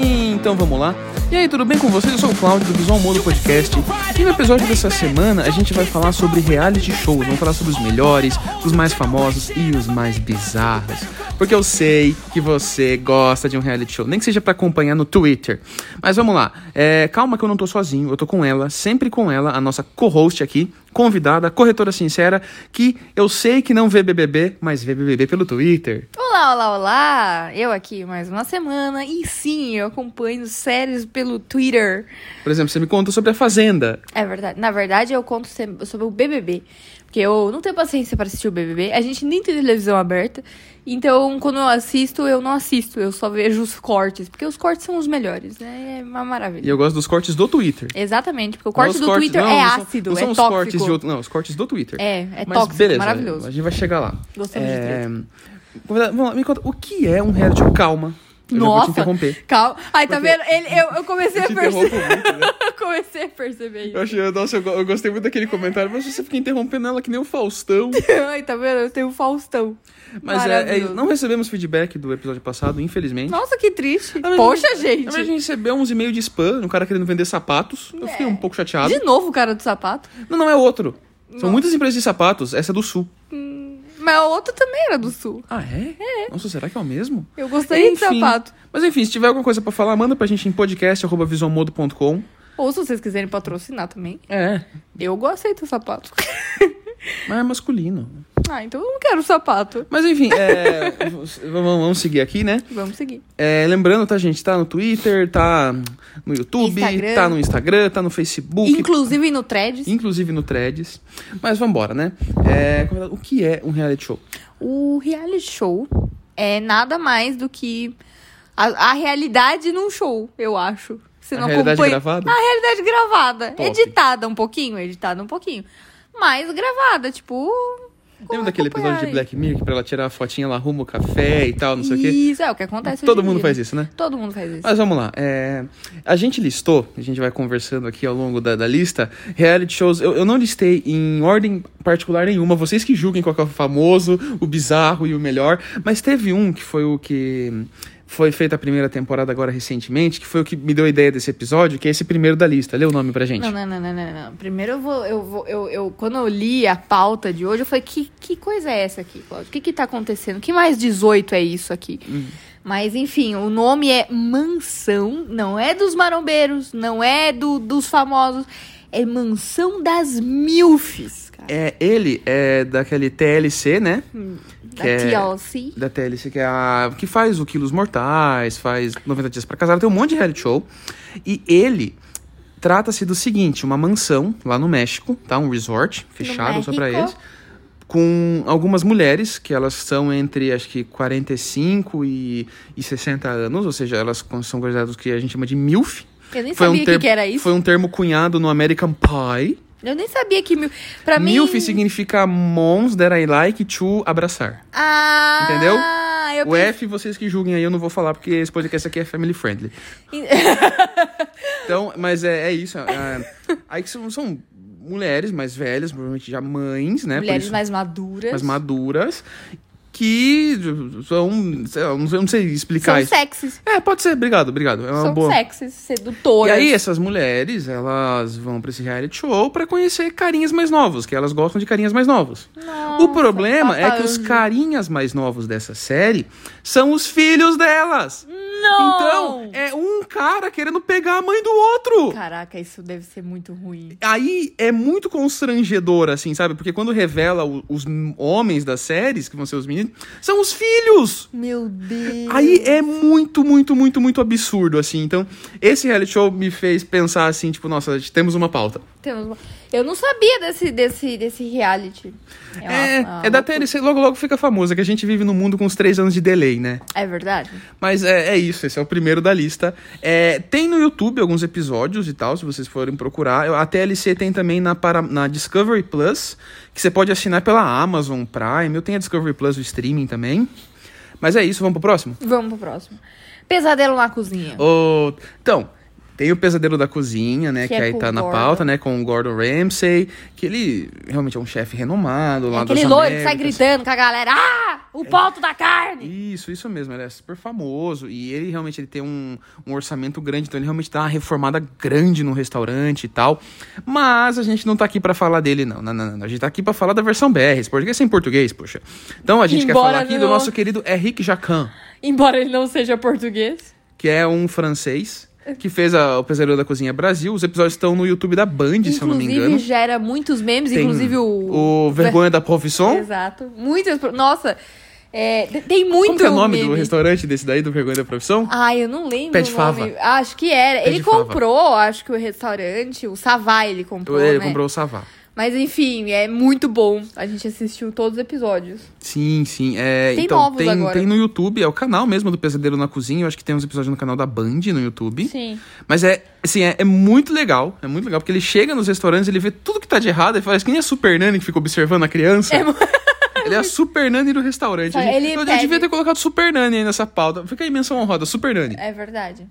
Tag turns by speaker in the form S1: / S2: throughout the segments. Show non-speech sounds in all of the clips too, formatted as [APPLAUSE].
S1: Então vamos lá. E aí, tudo bem com vocês? Eu sou o Claudio do Visual Modo Podcast. E no episódio dessa semana a gente vai falar sobre reality shows. Vamos falar sobre os melhores, os mais famosos e os mais bizarros. Porque eu sei que você gosta de um reality show, nem que seja pra acompanhar no Twitter. Mas vamos lá. É, calma que eu não tô sozinho, eu tô com ela, sempre com ela, a nossa co-host aqui, convidada, corretora sincera, que eu sei que não vê BBB, mas vê BBB pelo Twitter.
S2: Olá, olá, olá! Eu aqui mais uma semana e sim, eu acompanho séries pelo Twitter.
S1: Por exemplo, você me conta sobre a Fazenda.
S2: É verdade. Na verdade, eu conto se- sobre o BBB. Porque eu não tenho paciência pra assistir o BBB. A gente nem tem televisão aberta. Então, quando eu assisto, eu não assisto. Eu só vejo os cortes. Porque os cortes são os melhores, né? É uma
S1: E
S2: maravilha.
S1: eu gosto dos cortes do Twitter.
S2: Exatamente. Porque o
S1: Não é
S2: corte
S1: os
S2: do
S1: cortes-
S2: Twitter
S1: não,
S2: é
S1: não são-
S2: ácido,
S1: não são
S2: é
S1: os
S2: tóxico.
S1: cortes de outro, não, os cortes do Twitter.
S2: É, é
S1: Mas
S2: tóxico,
S1: beleza,
S2: maravilhoso.
S1: a gente vai chegar lá.
S2: Gostamos de
S1: É,
S2: treta.
S1: vamos lá, me conta, o que é um reality show? Calma, eu já vou te
S2: Nossa, [LAUGHS]
S1: interromper.
S2: calma. Ai, tá
S1: Porque-
S2: vendo? Ele- eu, eu comecei
S1: Eu
S2: a
S1: te interrompo
S2: perceber.
S1: muito, né?
S2: [LAUGHS] eu comecei a perceber isso.
S1: Eu, achei, eu- nossa, eu, go- eu gostei muito daquele comentário, mas você fica interrompendo ela que nem o Faustão.
S2: [LAUGHS] Ai, tá vendo? Eu tenho o Faustão.
S1: Mas é- é-
S2: Maravilhoso.
S1: não recebemos feedback do episódio passado, infelizmente.
S2: Nossa, que triste.
S1: mas-
S2: Poxa,
S1: Mas a
S2: gente.
S1: gente recebeu uns e-mails de spam, um cara querendo vender sapatos. Eu
S2: É.
S1: fiquei um pouco chateado.
S2: De novo o cara do sapato.
S1: Não, não, é outro. São muitas empresas de sapatos, essa é do Sul.
S2: Mas a outra também era do sul.
S1: Ah, é? É. Nossa, será que é o mesmo?
S2: Eu gostaria de sapato.
S1: Mas enfim, se tiver alguma coisa pra falar, manda pra gente em podcast.visualmodo.com.
S2: Ou se vocês quiserem patrocinar também.
S1: É,
S2: Eu aceito sapato. [LAUGHS]
S1: mas é masculino.
S2: ah, então eu não quero sapato.
S1: Mas enfim, é, [LAUGHS] v- v- vamos, vamos seguir aqui, né?
S2: Vamos seguir.
S1: É, lembrando, tá, gente? Tá no Twitter, tá no YouTube,
S2: Instagram.
S1: tá no Instagram, tá no Facebook.
S2: Inclusive no Threads.
S1: Inclusive no Threads. Mas vambora, né? É, convidado, o que é um reality show?
S2: O reality show é nada mais do que a, a realidade num show, eu acho. Você
S1: A
S2: não
S1: realidade
S2: acompanha.
S1: gravada?
S2: A realidade gravada.
S1: Top.
S2: Editada um pouquinho, editada um pouquinho. Mas gravada, tipo.
S1: Lembra daquele
S2: acompanhar
S1: episódio de
S2: aí.
S1: Black Mirror que pra ela tirar a fotinha, ela arruma o café e tal, não sei o quê?
S2: Isso, é o que acontece
S1: Todo
S2: hoje em
S1: mundo
S2: dia.
S1: faz isso, né?
S2: Todo mundo faz isso.
S1: Mas vamos lá. é, a gente listou, a gente vai conversando aqui ao longo da, da lista, reality shows. Eu, eu não listei em ordem particular nenhuma, vocês que julguem qual que é o famoso, o bizarro e o melhor. Mas teve um que foi o que foi feita a primeira temporada agora recentemente, que foi o que me deu a ideia desse episódio, que é esse primeiro da lista. Lê o nome pra gente.
S2: Não, não, não, não, não, não. Primeiro eu vou. Eu vou eu, eu, quando eu li a pauta de hoje, eu falei, que, que coisa é essa aqui, Cláudio? O que, que tá acontecendo? Que mais 18 é isso aqui?
S1: Hum.
S2: Mas enfim, o nome é Mansão, não é dos marombeiros, não é do, dos famosos, é Mansão das Milfs, cara.
S1: É, ele é daquele TLC, né?
S2: Hum, Da
S1: que é-
S2: TLC.
S1: da TLC, que é a. que faz o Quilos Mortais, faz 90 Dias pra Casar, tem um monte de reality show. E ele trata-se do seguinte: uma mansão lá no México, tá? Um resort fechado só pra
S2: México.
S1: eles. Com algumas mulheres, que elas são entre acho que 45 e, e 60 anos, ou seja, elas são consideradas o que a gente chama de MILF.
S2: Eu nem sabia o que,
S1: termo,
S2: que era É isso.
S1: Foi um termo cunhado no American Pie.
S2: Eu nem sabia que mil. Pra
S1: MILF
S2: mim.
S1: significa Mons That I Like to Abraçar.
S2: Ah,
S1: Entendeu?
S2: Eu
S1: O F, vocês que julguem aí, eu não vou falar, porque esse podcast aqui é family friendly. [LAUGHS] Então, mas é, é isso. é- aí que são, são mulheres mais velhas, provavelmente já mães, né? por
S2: Mulheres
S1: isso,
S2: mais maduras.
S1: mais maduras, que são. sei lá, não sei- eu não sei explicar
S2: São
S1: isso.
S2: sexys.
S1: É, pode ser, obrigado, obrigado. É uma
S2: São
S1: boa. E
S2: sexys, sedutoras.
S1: aí, essas mulheres, elas vão pra esse reality show pra conhecer carinhas mais novos, que elas gostam de carinhas mais novos. o
S2: Nossa,
S1: problema é que os
S2: papai.
S1: carinhas mais novos dessa série são os filhos delas.
S2: Não!
S1: Então, é um cara querendo pegar a mãe do outro.
S2: Caraca, isso deve ser muito ruim.
S1: Aí é muito constrangedor, assim, sabe? Porque quando revela o- os homens das séries, que vão ser os meninos, são os filhos!
S2: Meu Deus.
S1: Aí é muito, muito, muito, muito absurdo, assim. Então, esse reality show me fez pensar assim, tipo, nossa, temos uma pauta.
S2: Temos uma- Eu não sabia desse, desse, desse reality. uma-
S1: É,
S2: uma-
S1: é da TLC, logo logo fica famosa, que a gente vive num mundo com uns três anos de delay, né?
S2: É verdade?
S1: Mas é, é isso, esse é o primeiro da lista. É, tem no YouTube alguns episódios e tal, se vocês forem procurar. Eu- A TLC tem também na, para, na Discovery Plus, que você pode assinar pela Amazon Prime. Eu tenho a Discovery Plus, o streaming também. Mas é isso, vamos pro próximo?
S2: Vamos pro próximo. Pesadelo na cozinha.
S1: Ô, Então, tem o Pesadelo da Cozinha, né? Que,
S2: Que é
S1: aí
S2: com
S1: tá
S2: o
S1: na
S2: Gordon.
S1: pauta, né? Com o Gordon Ramsay, que ele realmente é um chefe renomado
S2: É
S1: lá É.
S2: aquele
S1: das
S2: loiro que sai
S1: Américas.
S2: gritando com a galera. Ah! O ponto da carne!
S1: Isso, isso mesmo, ele é super famoso e ele realmente ele tem um, um orçamento grande, então ele realmente dá uma reformada grande no restaurante e tal. Mas a gente não tá aqui pra falar dele, não. Não, não, não. A gente tá aqui pra falar da versão BR, esse português sem português, poxa. Então a gente quer
S2: Embora
S1: falar aqui do
S2: não-
S1: nosso querido Henrique Jacan,
S2: Embora ele não seja português.
S1: que é um francês que fez a- o Pesadelo da Cozinha Brasil. Os episódios estão no YouTube da Band, se eu não me
S2: inclusive,
S1: engano.
S2: gera muitos memes,
S1: Tem
S2: inclusive o.
S1: o Vergonha da Profissão.
S2: Exato. Muitas. pro- Nossa, é, te- tem muito.
S1: Como que é o nome do
S2: meme.
S1: restaurante desse daí, do Vergonha da Profissão?
S2: Ai, eu não lembro.
S1: Pé de
S2: o nome. Acho que era.
S1: Pé
S2: ele
S1: de fava.
S2: comprou, acho que o restaurante, o Savai ele comprou.
S1: Ele
S2: né?
S1: comprou o Savá.
S2: Mas enfim, é muito bom. A gente assistiu todos os episódios.
S1: Sim, sim. É,
S2: Tem
S1: então,
S2: novos
S1: tem,
S2: agora.
S1: tem no YouTube, é o canal mesmo do Pesadelo na Cozinha. Eu acho que tem uns episódios no canal da Band no YouTube.
S2: Sim.
S1: Mas é, assim, é, é muito legal. É muito legal, porque ele chega nos restaurantes, ele vê tudo que tá de errado e faz que nem a Super Nani que fica observando a criança.
S2: mu-
S1: [LAUGHS] Ele é a Super Nani do restaurante.
S2: Só
S1: A gente-
S2: ele
S1: eu, eu
S2: pede-
S1: devia ter colocado Super Nani aí nessa pauta. Fica aí menção honrosa, Super Nani.
S2: É verdade.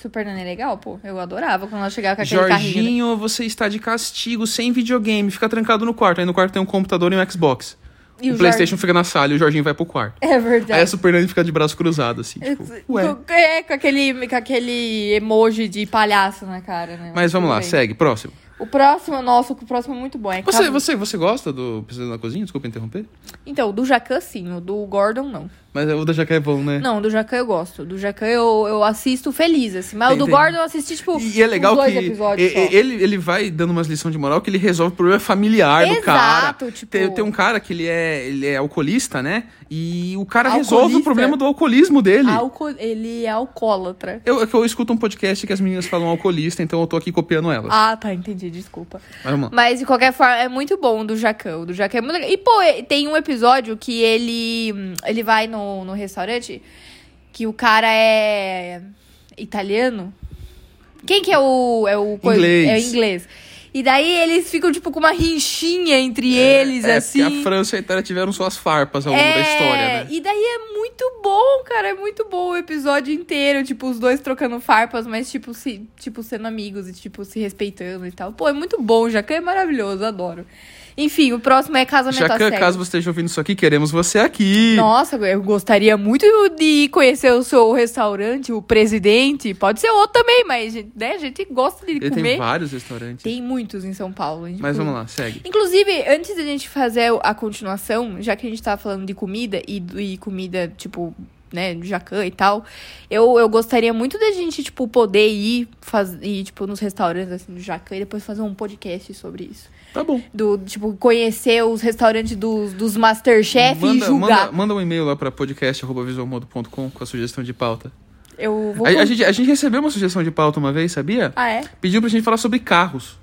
S2: Super Nana é legal, pô. Eu adorava quando ela chegava com aquele carrinho. né?
S1: Jorginho, você está de castigo, sem videogame, fica trancado no quarto. Aí no quarto tem um computador e um Xbox.
S2: E
S1: o,
S2: o
S1: Playstation
S2: Jorginho-
S1: fica na sala e o Jorginho vai pro quarto.
S2: É
S1: Aí a
S2: verdade.
S1: Super Nani fica de braço cruzado, assim, tipo, ué.
S2: Com- É, com aquele, com aquele emoji de palhaço na cara, né?
S1: Mas vamos
S2: tudo
S1: lá,
S2: bem.
S1: segue, próximo.
S2: O próximo, nossa, o próximo é muito bom. É
S1: Você,
S2: Cavu-
S1: você, você gosta do Pesadelo na Cozinha? Desculpa interromper.
S2: Então, o do Jacan sim, o do Gordon não.
S1: Mas o da Jaca é bom, né?
S2: Não, o do Jacan eu gosto. Do Jacan eu, eu assisto feliz, assim. Mas o do
S1: Entendi.
S2: Gordon eu assisti, tipo,
S1: E e é legal
S2: uns dois
S1: que
S2: episódios
S1: e-
S2: só.
S1: e- ele, ele vai dando umas lições de moral que ele resolve o problema familiar do cara.
S2: Exato, tipo-
S1: Tem, tem um cara que ele é, ele é alcoolista, né? E o cara resolve o
S2: Alcoolista.
S1: problema do alcoolismo dele.
S2: Alco- Ele é alcoólatra.
S1: Eu, é que eu escuto um podcast que as meninas falam alcoolista, então eu tô aqui copiando elas.
S2: Ah, tá, entendi, desculpa.
S1: Mas vamos lá.
S2: Mas de qualquer forma, é muito bom o do Jacan. O do Jacan é muito legal. E, pô, e- tem um episódio que ele, hum, ele vai no, no restaurante que o cara é italiano. Quem que é o. É o coi-
S1: Inglês.
S2: É o inglês. E daí eles ficam, tipo, com uma rinchinha entre eles,
S1: é,
S2: assim.
S1: porque a França e a Itália tiveram suas farpas ao longo da história, né?
S2: É, E daí é muito bom, cara. É muito bom o episódio inteiro. Tipo, os dois trocando farpas, mas, tipo, se, tipo sendo amigos e, tipo, se respeitando e tal. Pô, é muito bom. O Jacan é maravilhoso. Adoro. Enfim, o próximo é Casamento a
S1: Jacan,
S2: Cego.
S1: caso você esteja ouvindo isso aqui, queremos você aqui.
S2: Nossa, eu gostaria muito de conhecer o seu restaurante, o presidente. Pode ser outro também, mas né, a gente gosta de
S1: Ele
S2: comer.
S1: tem vários restaurantes.
S2: Tem muitos em São Paulo. hein?
S1: Mas
S2: Tipo,
S1: vamos lá, segue.
S2: Inclusive, antes da gente fazer a continuação, já que a gente tava falando de comida e, e comida, tipo, né, do Jacan e tal, eu, eu gostaria muito da gente, tipo, poder ir, faz, ir tipo, nos restaurantes assim, do Jacan e depois fazer um podcast sobre isso.
S1: Tá bom.
S2: Do, tipo, conhecer os restaurantes dos, dos Masterchef e
S1: manda,
S2: julgar.
S1: manda, manda um e-mail lá pra podcast.visualmodo.com com a sugestão de pauta.
S2: Eu vou.
S1: A, a gente, a gente recebeu uma sugestão de pauta uma vez, sabia?
S2: Ah, é?
S1: Pediu pra gente falar sobre carros.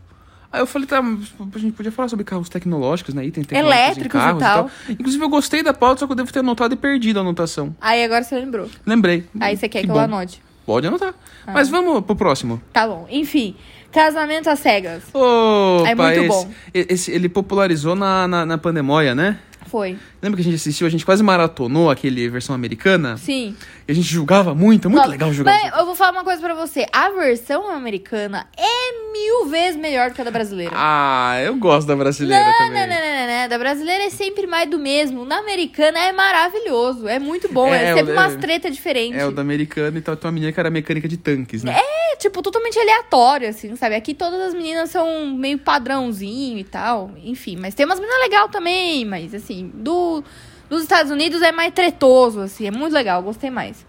S1: Aí eu falei, tá, mas a gente podia falar sobre carros tecnológicos, né? Itens tecnológicos em
S2: Elétricos e
S1: carros Inclusive, eu gostei da pauta, só que eu devo ter anotado e perdido a anotação.
S2: Aí agora você lembrou.
S1: Lembrei.
S2: Aí Ah. você quer que,
S1: bom.
S2: eu anote.
S1: Pode anotar. Mas vamos pro próximo.
S2: Tá bom. Enfim, casamento às cegas.
S1: Opa,
S2: É muito
S1: esse,
S2: bom.
S1: esse- ele popularizou na, na, na pandemia, né?
S2: Foi.
S1: Lembra que a gente assistiu, a gente quase maratonou aquele versão americana?
S2: Sim.
S1: E a gente julgava muito, é muito
S2: Nossa,
S1: legal julgar.
S2: Mas eu vou falar uma coisa pra você. A versão americana é mil vezes melhor do que a da brasileira. Né,
S1: Ah, eu gosto da brasileira
S2: não,
S1: também.
S2: não, não, não, não, não. Da brasileira é sempre mais do mesmo. Na americana é maravilhoso. É muito bom.
S1: É,
S2: É,
S1: é o
S2: sempre
S1: da-
S2: umas treta diferentes.
S1: É, o da americana e tal, tem uma menina que era mecânica de tanques, né?
S2: É, tipo, totalmente aleatório, assim, sabe? Aqui todas as meninas são meio padrãozinho e tal. Enfim, mas tem umas meninas legal também. Mas, assim, do... dos Estados Unidos é mais tretoso, assim. É muito legal. Gostei mais.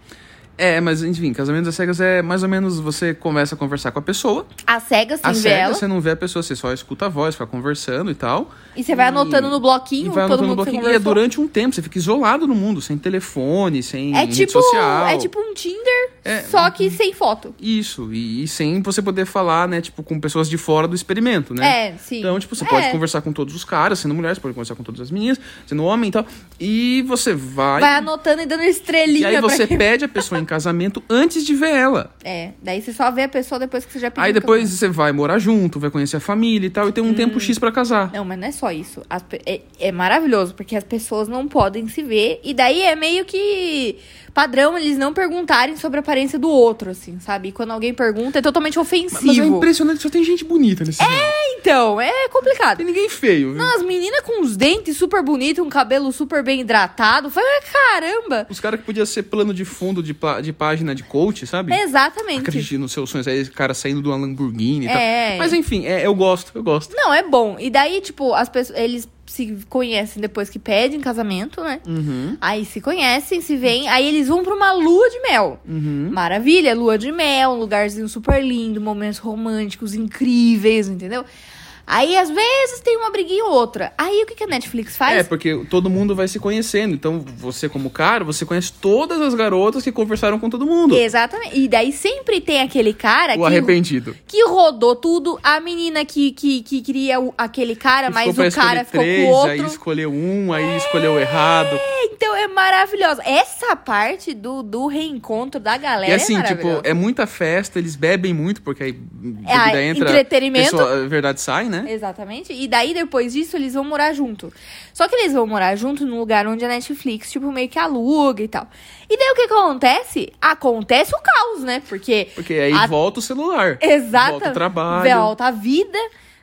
S1: É, mas enfim, casamento às cegas é mais ou menos você começa a conversar com a pessoa.
S2: A cega,
S1: Às
S2: assim, vê
S1: cegas,
S2: ela.
S1: você não vê a pessoa, você só escuta a voz, fica conversando e tal.
S2: E você vai
S1: E-
S2: anotando no
S1: E
S2: bloquinho
S1: vai anotando
S2: todo
S1: no
S2: mundo que você
S1: bloquinho. E é
S2: conversou.
S1: durante um tempo, você fica isolado no mundo, sem telefone, sem
S2: É
S1: rede
S2: tipo,
S1: social.
S2: é tipo um Tinder,
S1: É.
S2: só que sem foto.
S1: Isso, e, e sem você poder falar, né, tipo, com pessoas de fora do experimento, né?
S2: É, sim.
S1: Então, tipo, você
S2: É.
S1: pode conversar com todos os caras, sendo mulher, você pode conversar com todas as meninas, sendo homem e tal. E você vai.
S2: Vai anotando e dando estrelinha
S1: e aí
S2: pra
S1: você
S2: quem-
S1: pede a pessoa em casamento antes de ver ela.
S2: [LAUGHS] É, daí você só vê a pessoa depois que Hum. você já pediu.
S1: Aí depois você vai morar junto, vai conhecer a família e tal, e tem um tempo X pra casar.
S2: Não, mas não é só isso. As pe- é, é maravilhoso, porque as pessoas não podem se ver. E daí é meio que padrão eles não perguntarem sobre a aparência do outro, assim, sabe? E quando alguém pergunta, é totalmente ofensivo.
S1: Mas é impressionante, que só tem gente bonita nesse mundo. Não
S2: Então, é complicado.
S1: Tem ninguém feio, viu?
S2: Não, as meninas com os dentes super bonitos, um cabelo super bem hidratado. Falei, "Ah, caramba!
S1: Os caras que podia ser plano de fundo de, pá- de página de coach, sabe?
S2: É, Exatamente.
S1: Acredite nos seus sonhos, aí esse cara saindo de uma Lamborghini e
S2: É.
S1: tal. Mas enfim, é, eu gosto, eu gosto.
S2: Não, é bom. E daí, tipo, as pessoas, eles se conhecem depois que pedem casamento, né?
S1: Uhum.
S2: Aí se conhecem, se veem, aí eles vão pra uma lua de mel.
S1: Uhum.
S2: Maravilha, lua de mel, um lugarzinho super lindo, momentos românticos incríveis, entendeu? Aí às vezes tem uma briguinha ou outra. Aí o que, que a Netflix
S1: É,
S2: faz?
S1: porque todo mundo vai se conhecendo. Então, você, como cara, você conhece todas as garotas que conversaram com todo mundo.
S2: Exatamente. E daí sempre tem aquele
S1: O
S2: cara É, que,
S1: arrependido.
S2: que rodou tudo, a menina que, que, que queria o- aquele cara,
S1: Que
S2: É, mas
S1: pra
S2: o cara
S1: escolher
S2: ficou
S1: três,
S2: com o outro. É,
S1: Aí escolheu um, aí escolheu errado.
S2: Então é maravilhosa. Essa parte do, do reencontro da galera
S1: e assim,
S2: é
S1: tipo,
S2: maravilhosa.
S1: é muita festa, eles bebem muito, porque aí bebida
S2: ah,
S1: entra.
S2: entretenimento. É.
S1: pessoa- a verdade sai, né?
S2: Exatamente. E daí, depois disso, eles vão morar junto. Só que eles vão morar junto num lugar onde a Netflix, tipo, meio que aluga e tal. E daí o que acontece? Acontece o caos, né? Porque.
S1: Porque aí
S2: A- É,
S1: volta o celular.
S2: Exata.
S1: Volta o trabalho.
S2: Volta a vida,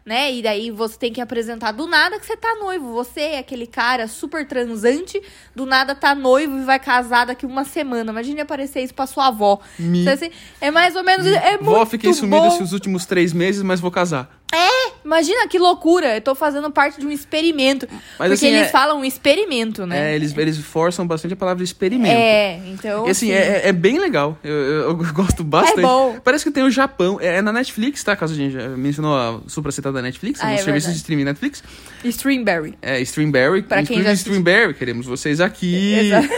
S2: né? E daí você tem que apresentar do nada que você tá noivo. Você é aquele cara super transante, do nada tá noivo e vai casar daqui uma semana. Imagine aparecer isso pra sua avó.
S1: Me-
S2: Então, assim, é mais ou menos. É muito
S1: Vó, fiquei sumido
S2: bom.
S1: esses últimos três meses, mas vou casar.
S2: Imagina que loucura, eu tô fazendo parte de um experimento.
S1: Mas,
S2: porque
S1: assim,
S2: eles
S1: é-
S2: falam experimento, né?
S1: É, eles, eles forçam bastante a palavra experimento.
S2: É, então.
S1: E assim,
S2: assim, É
S1: é, é- é bem legal. Eu, eu- [LAUGHS] eu gosto bastante.
S2: bom.
S1: Parece que tem o Japão. É, é na Netflix, tá? Caso a gente já mencionou a supracetada da Netflix,
S2: Ah,
S1: nos
S2: é
S1: serviços
S2: verdade.
S1: de streaming Netflix.
S2: Streamberry.
S1: É, Streamberry.
S2: Pra quem
S1: Inclusive,
S2: já assiste-
S1: Streamberry, queremos vocês aqui.
S2: Exato.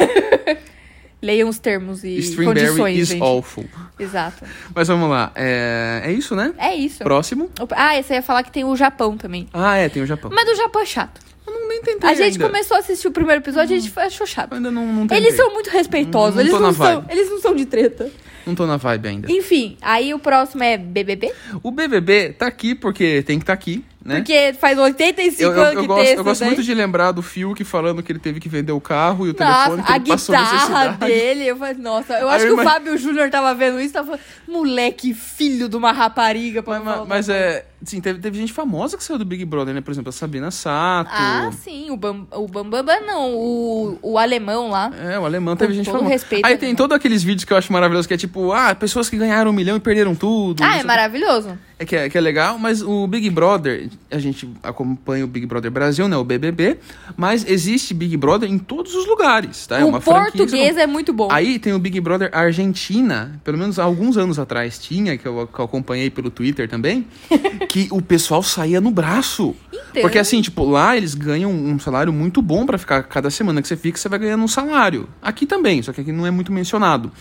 S2: Leiam os termos e
S1: Streamberry
S2: condições,
S1: is
S2: gente.
S1: awful.
S2: Exato.
S1: Mas vamos lá. É, é isso, né?
S2: É isso.
S1: Próximo.
S2: Opa, Ah, esse eu ia falar que tem o Japão também.
S1: Ah, é, tem o Japão.
S2: Mas do Japão é chato.
S1: Eu não nem tentei
S2: A gente
S1: ainda.
S2: começou a assistir o primeiro episódio e a gente achou
S1: Eu
S2: chato.
S1: ainda não, não tentei.
S2: Eles são muito respeitosos,
S1: Não
S2: eles,
S1: tô
S2: não
S1: na
S2: são,
S1: vibe. É.
S2: eles não são de treta.
S1: Não tô na vibe ainda.
S2: Enfim, aí o próximo é BBB,
S1: O BBB tá aqui porque tem que tá aqui, né?
S2: porque faz 85
S1: Eu, eu-
S2: anos
S1: eu
S2: que
S1: gosto,
S2: tem
S1: eu gosto
S2: isso daí.
S1: muito de lembrar do Fiuk falando que ele teve que vender o carro e o
S2: Nossa,
S1: telefone que
S2: a
S1: ele passou
S2: guitarra
S1: necessidade.
S2: dele, eu falei, nossa, eu
S1: Aí
S2: acho
S1: eu
S2: que o
S1: imag-
S2: Fábio Júnior tava vendo isso, tava falando, moleque, filho de uma rapariga,
S1: [LAUGHS]
S2: pra
S1: Mas,
S2: não
S1: mas-
S2: falar
S1: mas
S2: outra
S1: é. Sim, teve, teve gente famosa que saiu do Big Brother, né? Por exemplo, a Sabina Sato.
S2: coisa. Ah, sim, o Bam- o Bambam, não, o, o alemão lá.
S1: É, o alemão teve
S2: Com
S1: gente
S2: todo
S1: famosa.
S2: respeito, né?
S1: Aí
S2: alemão.
S1: tem todos aqueles vídeos que eu acho maravilhoso, que é tipo, ah, pessoas que ganharam um milhão e perderam tudo. não
S2: Ah,
S1: sei
S2: é
S1: o
S2: maravilhoso.
S1: É que, é que é legal, mas o Big Brother, a gente acompanha o Big Brother Brasil, né? O BBB, mas existe Big Brother em todos os lugares, tá? é
S2: o
S1: uma franquia que você
S2: português é muito bom.
S1: Aí tem o Big Brother Argentina, pelo menos há alguns anos atrás tinha, que eu, que eu acompanhei pelo Twitter
S2: [LAUGHS]
S1: também, que o pessoal saía no braço.
S2: Então.
S1: Porque assim, tipo, lá eles ganham um salário muito bom pra ficar. Cada semana que você fica, você vai ganhando um salário. Aqui também, só que aqui não é muito mencionado.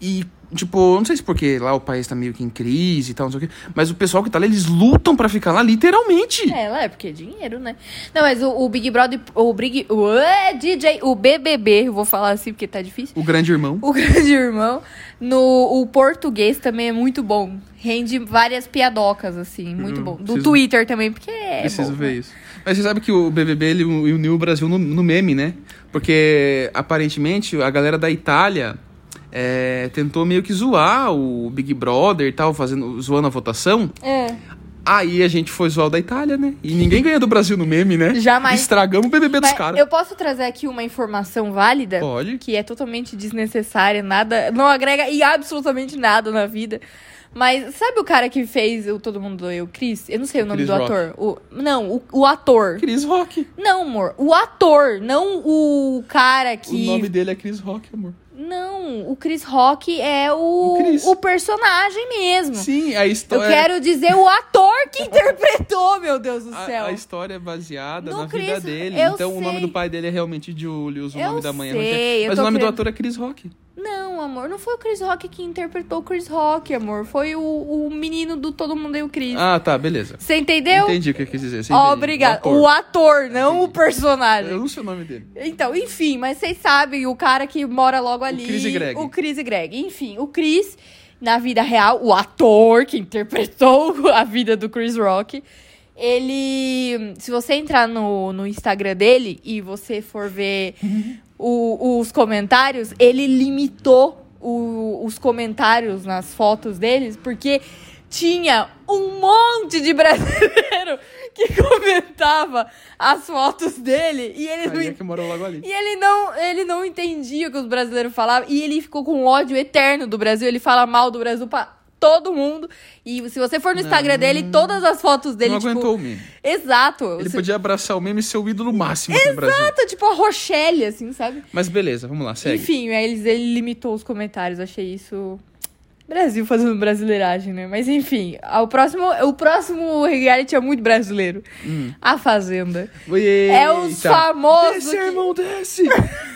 S1: E, tipo, não sei se porque lá o país tá meio que em crise e tal, não sei o quê, mas o pessoal que tá lá, eles lutam pra ficar lá, literalmente.
S2: É, lá é porque é dinheiro, né? Não, mas o, o Big Brother, o Big, o é, DJ, o BBB, eu vou falar assim porque tá difícil.
S1: O grande irmão.
S2: O [LAUGHS] Grande Irmão, no o português também é muito bom. Rende várias piadocas, assim, muito
S1: Hum,
S2: bom. Do
S1: preciso-
S2: Twitter também, porque é
S1: Preciso
S2: bom,
S1: ver
S2: né?
S1: isso. Mas você sabe que o BBB ele uniu o Brasil no, no meme, né? Porque aparentemente a galera da Itália é, tentou meio que zoar o Big Brother e tal, fazendo, zoando a votação.
S2: É.
S1: Aí a gente foi zoar o da Itália, né? E ninguém ganha do Brasil no meme, né?
S2: Jamais.
S1: Estragamos o BBB dos
S2: Mas
S1: caras.
S2: eu posso trazer aqui uma informação válida?
S1: Pode.
S2: Que é totalmente desnecessária, nada, não agrega e absolutamente nada na vida. Mas sabe o cara que fez o Todo Mundo Doeu, Chris? Eu não sei o nome
S1: Chris
S2: do
S1: Rock.
S2: ator. O, não, o, o ator.
S1: Chris Rock.
S2: Não, amor. O ator, não o cara que.
S1: O nome dele é Chris Rock, amor.
S2: Não, o Chris Rock é o,
S1: O Chris.
S2: o personagem mesmo.
S1: Sim, Então é- a
S2: Eu
S1: história. [LAUGHS]
S2: quero dizer o ator que interpretou, meu meu Deus do
S1: A-
S2: céu.
S1: A, história é baseada
S2: No
S1: na vida
S2: Chris-
S1: dele.
S2: eu
S1: Então o nome
S2: sei.
S1: do pai dele é realmente Julius, o
S2: Eu
S1: nome da mãe é
S2: sei,
S1: Raquel.
S2: eu
S1: Mas
S2: tô
S1: o nome do
S2: querendo-
S1: ator é Chris Rock.
S2: Não, amor, não foi o Chris Rock que interpretou o Chris Rock, amor. Foi o, o menino do Todo Mundo e o Chris.
S1: Ah, tá, beleza.
S2: Você entendeu?
S1: Entendi o que eu quis dizer. você entende,
S2: Obrigada.
S1: o
S2: O
S1: ator.
S2: ator, não o
S1: Entendi. Eu
S2: personagem.
S1: não sei o nome dele.
S2: Então, enfim, mas vocês sabem, o cara que mora logo ali.
S1: Chris e Greg.
S2: O Chris e Greg. Enfim, o Chris, na vida real, o ator que interpretou [LAUGHS] a vida do Chris Rock. Ele. Se você entrar no, no Instagram dele e você for ver o- os comentários, ele limitou o- os comentários nas fotos deles, porque tinha um monte de [LAUGHS] brasileiro que comentava as fotos dele e [LAUGHS] ele não
S1: Aí é que morou logo ali.
S2: e ele não, ele não entendia o que os brasileiros falavam. E ele ficou com ódio eterno do Brasil. Ele fala mal do Brasil pra todo mundo. E se você for no Instagram dele, todas as fotos dele,
S1: não
S2: tipo.
S1: aguentou o meme.
S2: Exato.
S1: Ele
S2: Se-
S1: podia abraçar o meme e ser o ídolo máximo aqui no Brasil.
S2: Exato, tipo a Rochelle, assim, sabe?
S1: Mas beleza, vamos lá, segue.
S2: Enfim, aí eles, ele limitou os comentários. Achei isso. Brasil fazendo brasileiragem, né? Mas enfim, ah, o próximo, o próximo reality é muito brasileiro.
S1: Hum.
S2: A Fazenda. É os famosos
S1: Esse
S2: que-
S1: é irmão
S2: [LAUGHS]
S1: desse!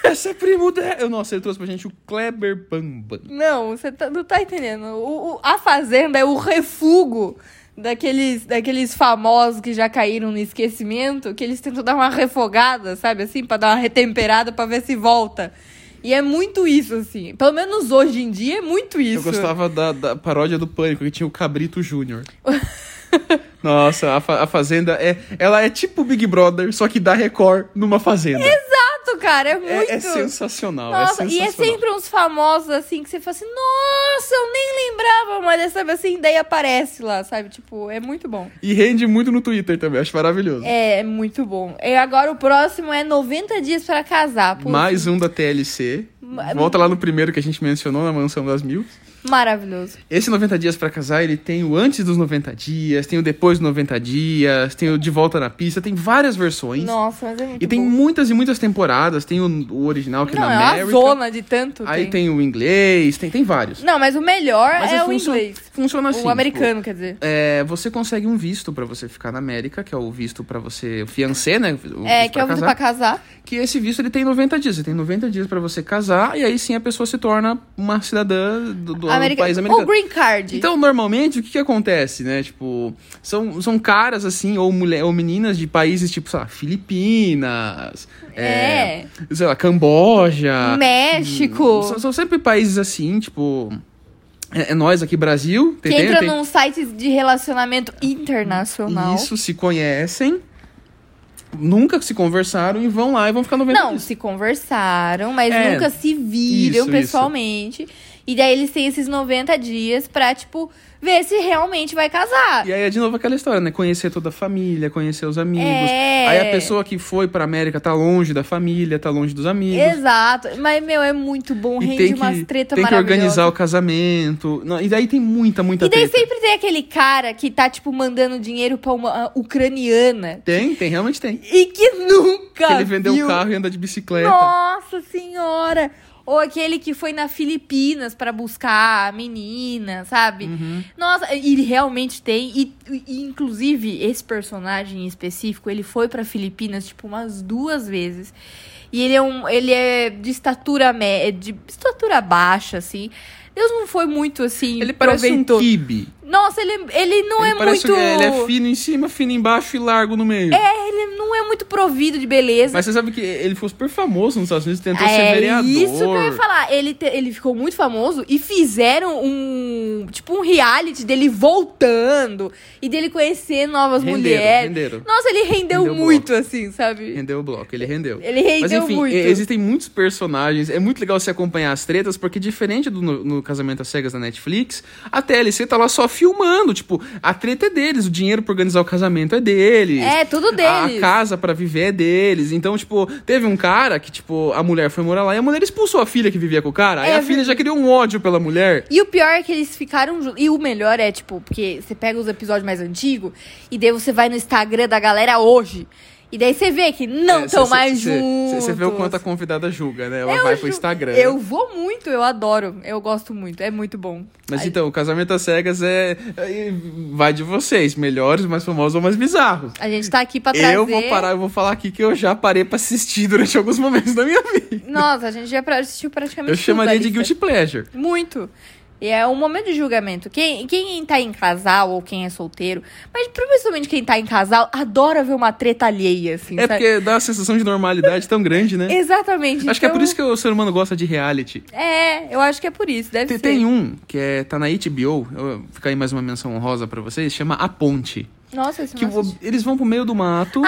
S1: Esse é primo desse! Eu, nossa, ele trouxe pra gente o Kleber Bamba.
S2: Não, você tá- não tá entendendo. O- o- a Fazenda é o refugo daqueles, daqueles famosos que já caíram no esquecimento, que eles tentam dar uma refogada, sabe? Assim, pra dar uma retemperada pra ver se volta. E é muito isso, assim. Pelo menos hoje em dia é muito isso.
S1: Eu gostava da, da paródia do Pânico, que tinha o Cabrito
S2: [LAUGHS]
S1: Júnior. Nossa, a, fa- a Fazenda é. Ela é tipo o Big Brother, só que dá Record numa Fazenda.
S2: Exato, cara, é muito.
S1: É, é sensacional,
S2: Nossa,
S1: é
S2: e é
S1: sensacional.
S2: sempre uns famosos, assim, que você fala assim, nossa, eu nem lembrava, mas sabe assim, daí aparece lá, sabe? Tipo, é muito bom.
S1: E rende muito no Twitter também, acho maravilhoso.
S2: É, é muito bom. E agora o próximo é 90 dias pra casar. Putz,
S1: Mais um da TLC.
S2: Ma-
S1: Volta lá no primeiro que a gente mencionou, na Mansão das Mil.
S2: Maravilhoso.
S1: Esse 90 dias pra casar, ele tem o antes dos 90 dias, tem o depois dos 90 dias, tem o de volta na pista, tem várias versões.
S2: Nossa, mas é muito
S1: E tem
S2: bom.
S1: muitas e muitas temporadas. Tem o, o original que
S2: Não,
S1: na
S2: é uma
S1: América.
S2: zona de tanto.
S1: Aí tem o inglês, tem, tem vários.
S2: Não, mas o melhor
S1: Mas
S2: é o
S1: funcio-
S2: inglês.
S1: Funciona assim.
S2: o
S1: tipo,
S2: americano, quer dizer.
S1: é, você consegue um visto pra você ficar na América, que é o visto pra você o fiancé, né? O
S2: É,
S1: visto
S2: que é
S1: pra
S2: muito
S1: casar,
S2: pra casar.
S1: Que esse visto ele tem 90 dias. Ele tem 90 dias pra você casar e aí sim a pessoa se torna uma cidadã do, do
S2: America-
S1: país americano.
S2: Ou green card.
S1: Então, normalmente, o que, que acontece, né? Tipo, são, são caras, assim, ou, mulher, ou meninas de países, tipo, sei lá, Filipinas, é,
S2: é.
S1: sei lá, Camboja. Hum,
S2: México.
S1: São, são sempre países assim, tipo. É, é nós aqui, Brasil,
S2: que
S1: tem-
S2: entra
S1: tem-
S2: num site de relacionamento internacional.
S1: Isso, se conhecem, nunca se conversaram e vão lá e vão ficar 90
S2: Não,
S1: dias.
S2: se conversaram, mas
S1: É.
S2: nunca se viram
S1: Isso,
S2: pessoalmente. E daí eles têm esses 90 dias pra, tipo, ver se realmente vai casar.
S1: E aí é de novo aquela história, né? Conhecer toda a família, conhecer os amigos.
S2: É.
S1: Aí a pessoa que foi pra América tá longe da família, tá longe dos amigos.
S2: Exato. Mas, meu, é muito bom.
S1: E
S2: rende
S1: tem
S2: umas
S1: que,
S2: treta
S1: tem que organizar
S2: maravilhosa.
S1: o casamento. Não, e daí tem muita, muita
S2: E daí
S1: treta.
S2: sempre tem aquele cara que tá, tipo, mandando dinheiro pra uma ah, ucraniana.
S1: Tem, tem, realmente tem.
S2: E que nunca.
S1: Que ele vendeu
S2: viu.
S1: o carro e anda de bicicleta.
S2: Nossa senhora! Ou aquele que foi na Filipinas pra buscar a menina, sabe?
S1: Uhum.
S2: Nossa, e realmente tem. E, e, inclusive, esse personagem em específico, ele foi pra Filipinas, tipo, umas duas vezes. E ele é um. Ele é de estatura mé- é de estatura baixa, assim. Deus não foi muito assim.
S1: Ele parece um
S2: proveitoso.
S1: kibe.
S2: Nossa, ele, ele não
S1: ele
S2: é
S1: parece
S2: muito.
S1: um- ele é fino em cima, fino embaixo e largo no meio.
S2: ele não é muito provido de beleza.
S1: Mas você sabe que ele ficou super famoso nos Estados Unidos, tentou
S2: é
S1: ser Então vereador.
S2: isso que eu ia falar. Ele, te- ele ficou muito famoso e fizeram um. Tipo, um reality dele voltando e dele conhecer novas
S1: Renderam,
S2: mulheres.
S1: renderam.
S2: Nossa, ele rendeu,
S1: Rendeu
S2: muito, assim, sabe?
S1: Rendeu o bloco, ele rendeu.
S2: Ele rendeu
S1: Mas enfim,
S2: muito.
S1: e- existem muitos personagens. É muito legal você acompanhar as tretas, porque diferente do no, no Casamento às Cegas da Netflix, a TLC tá lá só filmando. Tipo, a treta é deles, o dinheiro pra organizar o casamento é deles.
S2: É, tudo
S1: A
S2: deles.
S1: casa pra viver é deles. Então, tipo, teve um cara que, tipo, a mulher foi morar lá e a mulher expulsou a filha que vivia com o cara. Aí
S2: É
S1: a filha já criou um ódio pela mulher.
S2: E o pior é que eles ficaram juntos. E o melhor é, tipo, porque você pega os episódios mais antigos e daí você vai no Instagram da galera hoje. E daí você vê que não
S1: É,
S2: estão
S1: cê-
S2: mais
S1: cê- cê-
S2: Então, juntos.
S1: Você vê o quanto a convidada julga, né? Ela
S2: Eu
S1: vai pro
S2: ju-
S1: Instagram.
S2: Eu vou muito, eu adoro. Eu gosto muito, é muito bom.
S1: Mas
S2: Ai.
S1: então, o casamento às cegas é, é- vai de vocês, melhores, mais famosos ou mais bizarros.
S2: A gente tá aqui pra trazer...
S1: Eu vou parar, eu vou falar aqui que eu já parei pra assistir durante [LAUGHS] alguns momentos da minha vida.
S2: Nossa, a gente já pra- assistiu praticamente
S1: Eu
S2: tudo
S1: chamaria
S2: da
S1: de
S2: lista.
S1: guilty pleasure. É
S2: Muito. E é um momento de julgamento. Quem, quem tá em casal ou quem é solteiro, mas principalmente quem tá em casal, adora ver uma treta alheia, assim,
S1: É
S2: sabe?
S1: porque dá uma sensação de normalidade tão grande,
S2: Então-
S1: né?
S2: Exatamente.
S1: Acho que é por
S2: então-
S1: isso que o ser humano gosta de reality.
S2: É, eu acho que é por isso, deve
S1: Tem,
S2: ser.
S1: tem um que é, tá na HBO, eu- fica aí mais uma menção honrosa pra vocês, chama A Ponte.
S2: Nossa, esse
S1: Que
S2: não
S1: vo-
S2: assisti. Ah,
S1: eles vão pro meio do mato.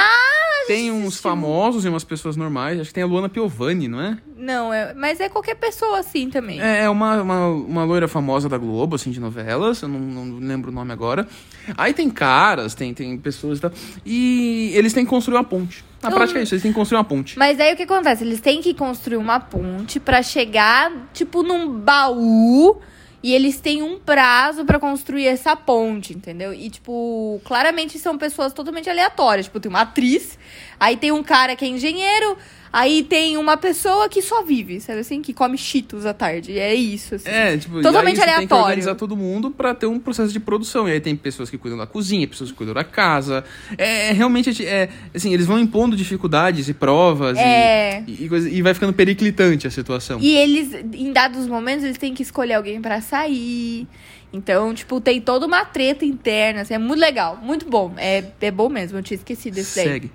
S1: tem uns famosos e umas pessoas normais. Acho que tem a Luana Piovani, não é?
S2: Não, é... mas é qualquer pessoa assim também.
S1: É é uma, uma, uma loira famosa da Globo, assim, de novelas, eu não, não lembro o nome agora. Aí tem caras, tem, tem pessoas e tal. E eles têm que construir uma ponte. Na
S2: Eu-
S1: prática é isso, eles têm que construir uma ponte.
S2: Mas aí o que acontece? Eles têm que construir uma ponte pra chegar, tipo, num baú. E eles têm um prazo pra construir essa ponte, entendeu? E, tipo, claramente são pessoas totalmente aleatórias. Tipo, tem uma atriz, aí tem um cara que é engenheiro, aí tem uma pessoa que só vive, sabe assim? Que come cheetos à tarde. E é isso, assim.
S1: É, tipo,
S2: Totalmente
S1: e aí você tem que
S2: aleatório.
S1: organizar todo mundo pra ter um processo de produção. E aí tem pessoas que cuidam da cozinha, pessoas que cuidam da casa. É, é realmente, é, assim, eles vão impondo dificuldades e provas e-
S2: É.
S1: e, e coisa- e vai ficando periclitante a situação.
S2: E eles, em dados momentos, eles têm que escolher alguém pra sair. Então, tipo, tem toda uma treta interna. Assim, é muito legal, muito bom. É, é bom mesmo, eu tinha esquecido desse daí.
S1: Segue.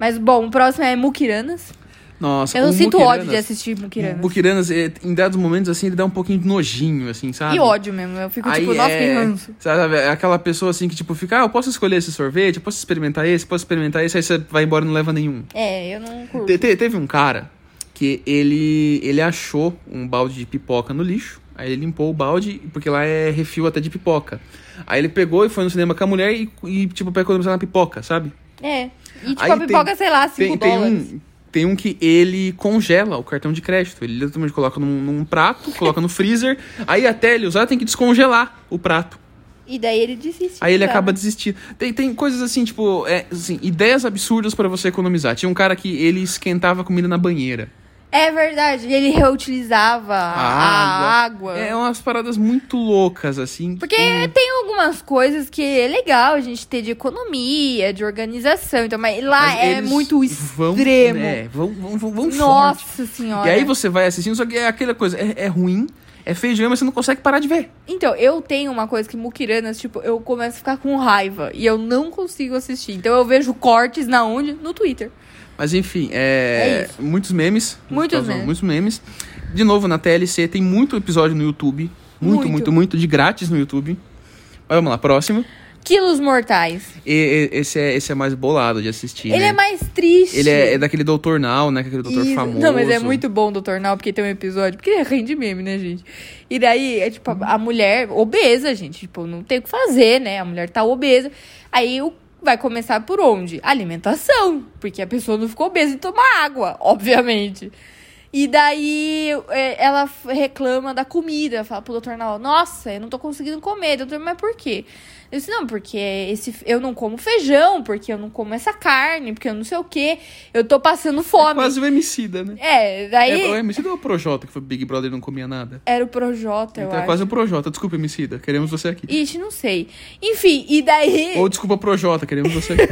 S2: Mas, bom, o próximo é Mukiranas.
S1: Nossa,
S2: Eu
S1: o
S2: não sinto ódio de
S1: Mukiranas-
S2: assistir
S1: O
S2: Mukiranas.
S1: Bukiranas, é, em dados momentos, assim, ele dá um pouquinho de nojinho, assim, sabe?
S2: Que ódio mesmo. Eu fico,
S1: Aí
S2: tipo, nossa, que
S1: é-
S2: ranço.
S1: Sabe, é aquela pessoa assim que, tipo, fica, ah, eu posso escolher esse sorvete, eu posso experimentar esse, posso experimentar esse, aí você vai embora e não leva nenhum.
S2: É, eu não curto.
S1: Te- te- teve um cara que ele, ele achou um balde de pipoca no lixo, aí ele limpou o balde, porque lá é refil até de pipoca. Aí ele pegou e foi no cinema com a mulher e, e tipo, pra economizar na pipoca, sabe?
S2: É. E, tipo,
S1: Aí
S2: a pipoca, sei lá, 5
S1: Tem, tem
S2: dólares.
S1: um. Tem um que ele congela o cartão de crédito. Ele literalmente coloca num, num prato, coloca no freezer. Aí até ele usar, tem que descongelar o prato.
S2: E daí ele desiste.
S1: Aí ele
S2: sabe?
S1: acaba desistindo. Tem, tem coisas assim, tipo, é, assim, ideias absurdas pra você economizar. Tinha um cara que ele esquentava a comida na banheira.
S2: É verdade, ele reutilizava a,
S1: A
S2: água.
S1: É umas paradas muito loucas, assim.
S2: Porque tem algumas coisas que é legal a gente ter de economia, de organização. Então, mas lá
S1: Mas
S2: é
S1: eles
S2: muito
S1: vão,
S2: extremo.
S1: É, vão, vão, vão, vão
S2: Nossa
S1: forte.
S2: senhora.
S1: E aí você vai assistindo, só que é aquela coisa, é, é ruim, é feio de ver, mas você não consegue parar de ver.
S2: Então, eu tenho uma coisa que Mukiranas, tipo, eu começo a ficar com raiva e eu não consigo assistir. Então eu vejo cortes na onde? No Twitter.
S1: Mas enfim, é,
S2: É
S1: muitos memes.
S2: Muitos
S1: causam
S2: memes.
S1: Muitos memes. De novo, na TLC tem muito episódio no YouTube. Muito, muito,
S2: Muito.
S1: muito, de grátis no YouTube. Mas vamos lá, próximo.
S2: Quilos Mortais.
S1: E- e- esse, é, esse é mais bolado de assistir.
S2: Ele
S1: né?
S2: é mais triste.
S1: Ele é, é daquele doutor Now, né? que é Aquele doutor
S2: Isso.
S1: famoso.
S2: Não, mas é muito bom Doutor Now, porque tem um episódio. Porque ele rende meme, né, gente? E daí, é tipo, a, a mulher obesa, gente. Tipo, não tem o que fazer, né? A mulher tá obesa. Aí o- vai começar por onde? Alimentação. Porque a pessoa não ficou obesa e toma água, [LAUGHS] obviamente. E daí é, ela f- reclama da comida, fala pro doutor Nau, nossa, eu não tô conseguindo comer, doutor, mas por quê? Eu disse, não, porque esse, f- eu não como feijão, porque eu não como essa carne, porque eu não sei o quê, eu tô passando
S1: É
S2: fome.
S1: quase o Emicida, né?
S2: É, daí
S1: É, o Emicida ou o Projota, que foi Big Brother e não comia nada?
S2: era o Projota, eu
S1: então é
S2: acho.
S1: quase o Projota. Desculpa, Emicida, queremos você aqui.
S2: Ixi, não sei. Enfim, e daí,
S1: Ou desculpa, Projota, queremos você aqui.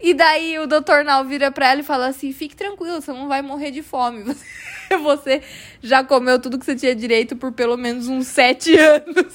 S2: e daí o doutor Nal vira pra ela e fala assim, fique tranquila, você não vai morrer de fome. [LAUGHS] Você, você já comeu tudo que você tinha direito por pelo menos uns sete [LAUGHS] anos.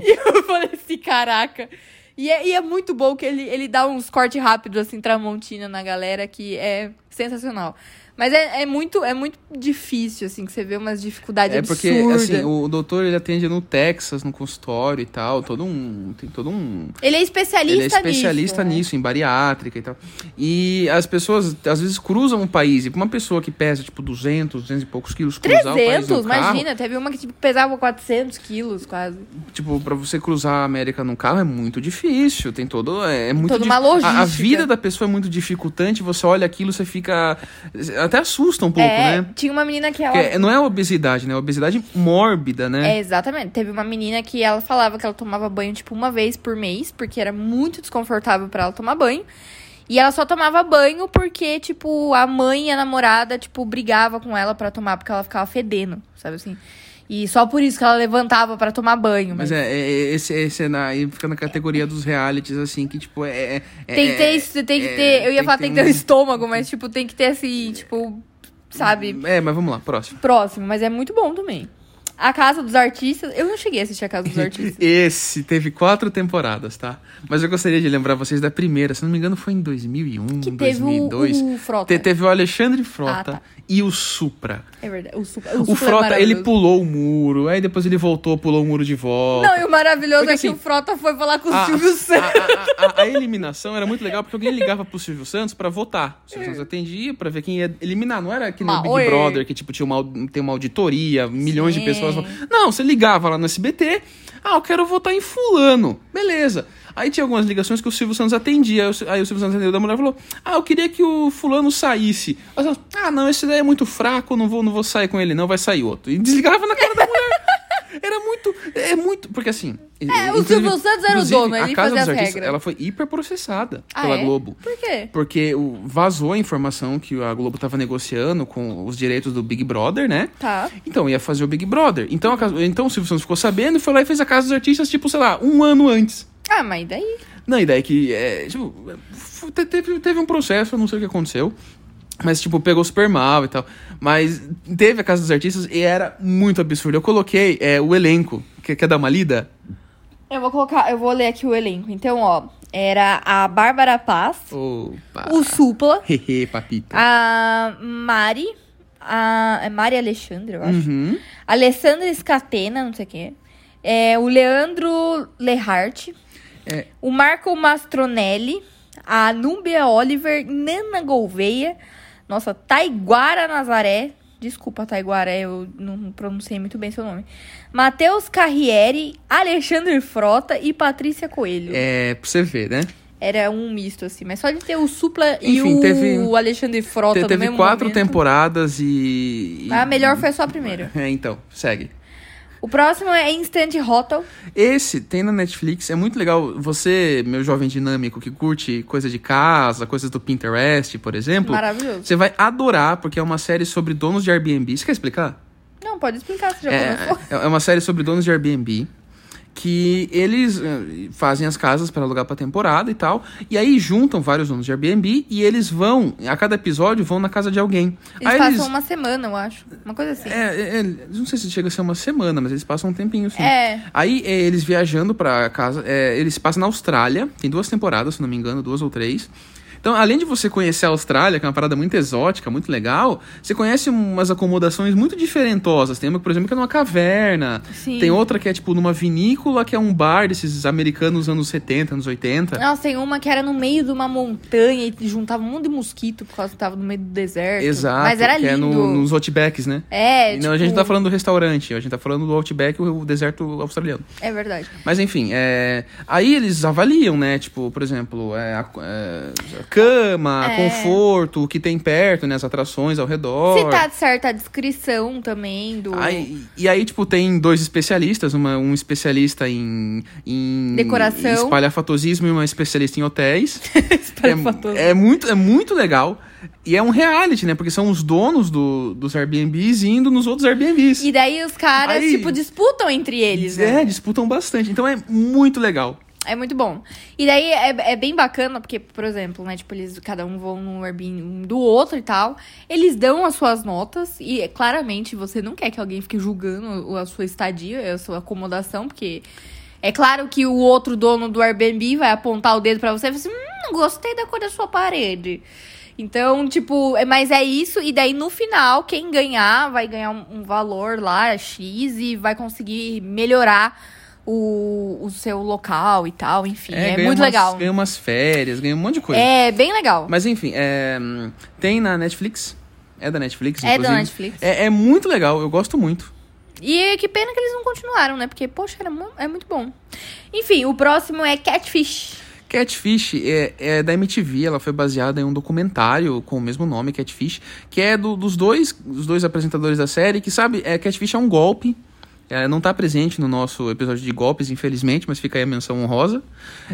S2: e eu falei assim, caraca. E é, e é muito bom que ele, ele dá uns cortes rápidos, assim, tramontina na galera, que é sensacional. Mas é, é muito, é muito difícil, assim, que você vê umas dificuldades
S1: É porque,
S2: absurdas.
S1: assim, o doutor ele atende no Texas, no consultório e tal, todo um. Tem todo um.
S2: Ele é especialista
S1: ele é
S2: nisso.
S1: especialista
S2: né?
S1: nisso, em bariátrica e tal. E as pessoas, às vezes, cruzam o país. E pra uma pessoa que pesa, tipo, 200, 200 e poucos quilos, cruzar o país
S2: 300,
S1: no carro,
S2: imagina. Teve uma que tipo, pesava 400 quilos quase.
S1: tipo, pra você cruzar a América num carro é muito difícil. Tem todo. É, é muito
S2: toda
S1: dif-
S2: uma
S1: A, a
S2: logística.
S1: vida da pessoa é muito dificultante. Você olha aquilo, você fica. Até assusta um pouco,
S2: é,
S1: né?
S2: tinha uma menina que ela.
S1: Porque não é obesidade, né? É obesidade mórbida, né?
S2: É, exatamente. Teve uma menina que ela falava que ela tomava banho, tipo, uma vez por mês, porque era muito desconfortável pra ela tomar banho. E ela só tomava banho porque, tipo, a mãe e a namorada, tipo, brigava com ela pra tomar, porque ela ficava fedendo, sabe assim? E só por isso que ela levantava pra tomar banho.
S1: Mas é, é, esse, esse é na, aí fica na categoria dos realities, assim, que tipo é. é- é-
S2: Tem que ter, isso, tem que
S1: é,
S2: ter. Eu ia falar tem que ter o
S1: um-
S2: estômago, mas, tipo, tem que ter assim, tipo, sabe?
S1: É, mas vamos lá, próximo.
S2: Próximo, mas é muito bom também. A Casa dos Artistas. Eu não cheguei a assistir
S1: [LAUGHS]
S2: a Casa dos Artistas.
S1: Esse teve quatro temporadas, tá? Mas eu gostaria de lembrar vocês da primeira, se não me engano foi em 2001,
S2: Que teve o-
S1: 2002.
S2: o Frota.
S1: Te- teve o Alexandre Frota
S2: Ah, tá.
S1: e o Supra.
S2: É verdade. O, Supla,
S1: O, Frota, ele pulou o muro, aí depois ele voltou, pulou o muro de volta.
S2: Não, e o maravilhoso
S1: Porque
S2: é que
S1: assim,
S2: o Frota foi falar com o
S1: a-
S2: Silvio Santos.
S1: A, a- a- a eliminação era muito legal porque alguém ligava pro Silvio Santos pra votar. O Silvio Santos atendia pra ver quem ia eliminar. Não era que nem o
S2: Uma-
S1: Big
S2: É. Ah, Oi.
S1: Brother, que tipo, tinha uma, au- tem uma auditoria, milhões de
S2: Sim.
S1: pessoas. falando. Não, você ligava lá no SBT. Ah, eu quero votar em fulano. Beleza. Aí tinha algumas ligações que o Silvio Santos atendia. Aí o Sil- Aí o Silvio Santos atendeu da mulher e falou: Ah, eu queria que o fulano saísse. Aí o Santos, ah, não, esse daí é muito fraco, não vou, não vou sair com ele, não, vai sair outro. E desligava
S2: [LAUGHS]
S1: na cara da mulher. Era muito. É muito. Porque assim.
S2: o
S1: inclusive-
S2: É, Silvio Santos era o
S1: inclusive,
S2: dono, ele
S1: a Casa
S2: fazia
S1: dos
S2: as
S1: Artistas,
S2: regras.
S1: Ela foi hiper processada
S2: Ah,
S1: pela
S2: é?
S1: Globo.
S2: Por quê?
S1: Porque o- vazou a informação que a Globo tava negociando com os direitos do Big Brother, né?
S2: Tá.
S1: Então, ia fazer o Big Brother. Então, a casa- então o Silvio Santos ficou sabendo e foi lá e fez a Casa dos Artistas, tipo, sei lá, um ano antes.
S2: Ah, mas daí?
S1: Não, e daí que. é, tipo, f- te- teve, teve um processo, eu não sei o que aconteceu. Mas, tipo, pegou super mal e tal. Mas teve a Casa dos Artistas e era muito absurdo. Eu coloquei é, o elenco. Quer, quer dar uma lida?
S2: Eu vou colocar, eu vou ler aqui o elenco. Então, ó, era a Bárbara Paz,
S1: Opa!
S2: o Supla,
S1: Hehe, papita.
S2: a Mari, a é Mari Alexandre, eu acho.
S1: Uhum.
S2: Alessandra Scatena, não sei quem é. é o Leandro Lehart.
S1: É.
S2: O Marco Mastronelli. A Núbia Oliver. Nana Gouveia. Nossa, Taiguara Nazaré. Desculpa, Taiguara, eu não pronunciei muito bem seu nome. Matheus Carriere, Alexandre Frota e Patrícia Coelho.
S1: É, pra você ver, né?
S2: Era um misto, assim. Mas só de ter o Supla
S1: Enfim,
S2: e o
S1: teve-
S2: Alexandre Frota
S1: Te-
S2: no
S1: teve
S2: mesmo
S1: quatro
S2: momento.
S1: temporadas e. e-
S2: A melhor foi só a primeira.
S1: É, então, segue.
S2: O próximo é Instant Hotel.
S1: Esse tem na Netflix, é muito legal. Você, meu jovem dinâmico, que curte coisa de casa, coisas do Pinterest, por exemplo.
S2: Maravilhoso.
S1: Você vai adorar, porque é uma série sobre donos de Airbnb. Você quer explicar?
S2: Não, pode explicar, você já
S1: É,
S2: começou.
S1: é uma série sobre donos de Airbnb que eles eh, fazem as casas para alugar para temporada e tal, e aí juntam vários donos de Airbnb e eles vão a cada episódio vão na casa de alguém.
S2: Eles
S1: aí
S2: passam um
S1: eles
S2: uma semana, eu acho. Uma coisa assim.
S1: é, é, é, não sei se chega a ser uma semana, mas eles passam um tempinho sim.
S2: É.
S1: Aí é, eles viajando pra casa, é, eles passam na Austrália, tem duas temporadas, se não me engano, duas ou três. Então, além de você conhecer a Austrália, que é uma parada muito exótica, muito legal, você conhece umas acomodações muito diferentosas. Tem uma, por exemplo, que é numa caverna.
S2: Sim.
S1: Tem outra que é, tipo, numa vinícola, que é um bar desses americanos anos 70, anos 80.
S2: Nossa, tem uma que era no meio de uma montanha e juntava um monte de mosquito por causa que tava no meio do deserto.
S1: Exato.
S2: Mas era
S1: que
S2: lindo.
S1: é no- nos outbacks, né?
S2: É,
S1: Não, a gente não
S2: tipo,
S1: tá falando do restaurante, a gente tá falando do outback, o o deserto australiano.
S2: É verdade.
S1: Mas enfim, é... aí eles avaliam, né? Tipo, por exemplo, é, a, é, a cama,
S2: É.
S1: conforto, o que tem perto, né? As atrações ao redor.
S2: Se tá certa a descrição também do... [LAUGHS]
S1: Aí- e aí, tipo, tem dois especialistas, uma- um especialista em, em
S2: Decoração.
S1: em espalhafatosismo e uma especialista em hotéis.
S2: [LAUGHS] Espalhafatoso.
S1: É, é muito, é muito legal. E é um reality, né? Porque são os donos do- dos Airbnbs indo nos outros Airbnbs.
S2: E daí os caras,
S1: Aí-
S2: tipo, disputam entre eles, né?
S1: É, disputam bastante. Então é muito legal.
S2: É muito bom. E daí é, é bem bacana, porque, por exemplo, né? Tipo, eles cada um vão no Airbnb um do outro e tal. Eles dão as suas notas e é, claramente você não quer que alguém fique julgando o- a sua estadia, a sua acomodação, porque é claro que o outro dono do Airbnb vai apontar o dedo pra você e vai assim, hum, gostei da cor da sua parede. Então, tipo, é- mas é isso, e daí no final, quem ganhar vai ganhar um, um valor lá, X, e vai conseguir melhorar o, o seu local e tal, enfim. É,
S1: ganha
S2: muito
S1: umas-
S2: legal.
S1: Ganha umas férias, ganha um monte de coisa.
S2: É bem legal.
S1: Mas enfim, é, hum, tem na Netflix. É da Netflix,
S2: É da
S1: inclusive.
S2: Netflix.
S1: É, é muito legal, eu gosto muito.
S2: E que pena que eles não continuaram, né? Porque, poxa, era mu- é muito bom. Enfim, o próximo é Catfish.
S1: Catfish é, é da MTV, ela foi baseada em um documentário com o mesmo nome, Catfish, que é do- dos dois dos dois apresentadores da série, que sabe, é, Catfish é um golpe. É, não está presente no nosso episódio de golpes, infelizmente, mas fica aí a menção honrosa.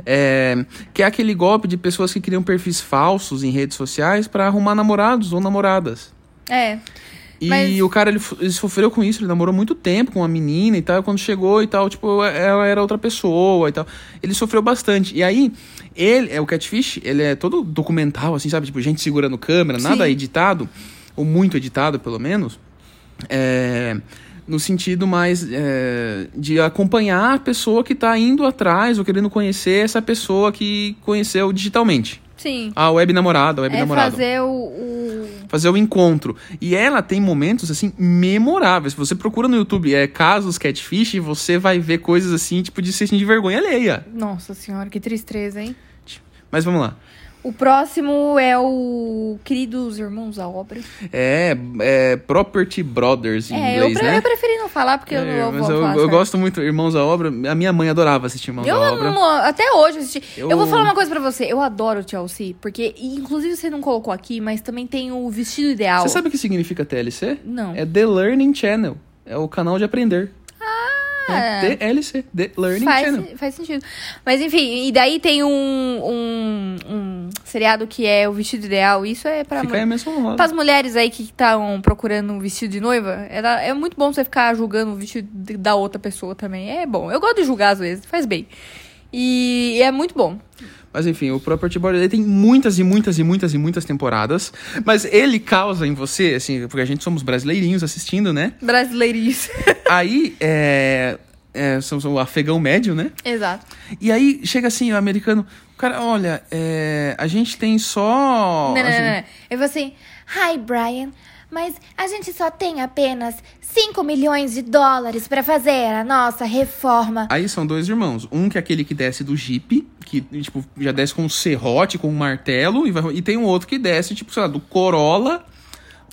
S1: É, que é aquele golpe de pessoas que criam perfis falsos em redes sociais para arrumar namorados ou namoradas.
S2: É.
S1: E
S2: Mas-
S1: o cara, ele, f- ele sofreu com isso, ele namorou muito tempo com uma menina e tal, e quando chegou e tal, tipo, ela era outra pessoa e tal. Ele sofreu bastante. E aí, ele, é o Catfish, ele é todo documental, assim, sabe? Tipo, gente segurando câmera, nada
S2: Sim.
S1: editado, ou muito editado, pelo menos. É, no sentido mais é, de acompanhar a pessoa que tá indo atrás ou querendo conhecer essa pessoa que conheceu digitalmente.
S2: Sim.
S1: A web namorada, a web
S2: É
S1: namorada
S2: fazer o, o-
S1: fazer o encontro. E ela tem momentos, assim, memoráveis. Você procura no YouTube é, casos catfish e você vai ver coisas assim, tipo, de se sentir vergonha alheia.
S2: Nossa senhora, que tristeza, hein?
S1: Mas vamos lá.
S2: O próximo é o Queridos Irmãos à Obra.
S1: É, é Property Brothers em
S2: é, eu,
S1: inglês,
S2: pre-
S1: né?
S2: eu preferi não falar porque eu
S1: É,
S2: não
S1: mas
S2: vou
S1: eu,
S2: falar.
S1: eu
S2: sabe?
S1: gosto muito Irmãos à Obra. A minha mãe adorava assistir Irmãos
S2: Eu
S1: à Obra.
S2: amo, até hoje eu assisti.
S1: Eu-
S2: Eu... vou falar uma coisa pra você. Eu adoro o Chelsea, porque, e, inclusive, você não colocou aqui, mas também tem o vestido ideal.
S1: Você sabe o que significa TLC?
S2: Não.
S1: É The Learning Channel. É o canal de aprender. Ah! É TLC, The Learning Channel.
S2: faz, faz sentido. Mas enfim, e daí tem um, um, um seriado que é o vestido ideal. Isso é pra
S1: Fica aí a
S2: mulher.
S1: menção honrosa.
S2: Para as mulheres aí que estavam procurando um vestido de noiva, ela- é muito bom você ficar julgando o vestido de- da outra pessoa também. É bom. Eu gosto de julgar às vezes, faz bem. E é muito bom.
S1: Mas enfim, o Property Border ele tem muitas e muitas e muitas e muitas temporadas. Mas ele causa em você, assim, porque a gente somos brasileirinhos assistindo, né? [LAUGHS]
S2: Brasileiris.
S1: Aí, é. é somos o afegão médio, né?
S2: Exato.
S1: E aí chega assim, o americano. Cara, olha, é, a gente tem só.
S2: Não, não,
S1: a gente-
S2: não, não. Eu vou assim,
S3: Hi, Brian. Mas a gente só tem apenas 5 milhões de dólares para fazer a nossa reforma.
S1: Aí são dois irmãos. Um que é aquele que desce do Jeep, que, tipo, já desce com um serrote, com um martelo, e, vai- e tem um outro que desce, tipo, sei lá, do Corolla,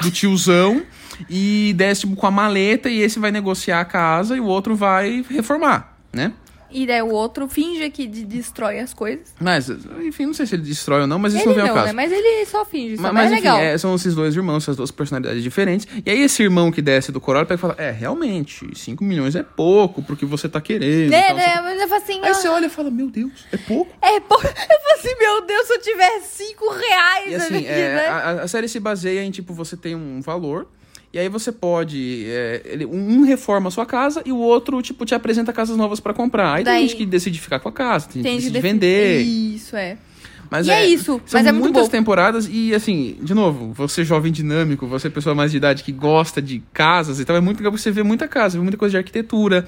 S1: do tiozão, e desce, tipo, com a maleta, e esse vai negociar a casa e o outro vai reformar, né?
S2: e daí o outro finge que de- destrói as coisas.
S1: Mas, enfim, não sei se ele destrói ou não, mas isso
S2: ele
S1: não vem
S2: não,
S1: ao caso.
S2: né? Mas ele só finge, só
S1: Ma-
S2: mas,
S1: Mas,
S2: é
S1: enfim,
S2: legal.
S1: é, são esses dois irmãos, essas duas personalidades diferentes. E aí esse irmão que desce do Corolla pega e fala, é, realmente, 5 milhões é pouco pro que você tá querendo. e
S2: Né,
S1: tal, não sei o
S2: né? Mas eu falo assim,
S1: Aí
S2: ó,
S1: você olha e fala, meu Deus, é pouco.
S2: é, pô, eu falo assim, meu Deus, se eu tiver cinco reais né?
S1: E
S2: na
S1: assim,
S2: minha
S1: é,
S2: vida.
S1: a, a série se baseia em, tipo, você tem um valor, e aí você pode. é, ele- um reforma a sua casa e o outro, tipo, te apresenta casas novas pra comprar. Aí tem
S2: Daí-
S1: gente que decide ficar com a casa, tem,
S2: Tem
S1: gente que
S2: de
S1: decide vender.
S2: Isso, é.
S1: Mas
S2: E é isso,
S1: São
S2: mas é muito
S1: muitas
S2: bom.
S1: temporadas e, assim, de novo, você jovem dinâmico, você pessoa mais de idade que gosta de casas e tal, é muito legal porque você vê muita casa, vê muita coisa de arquitetura.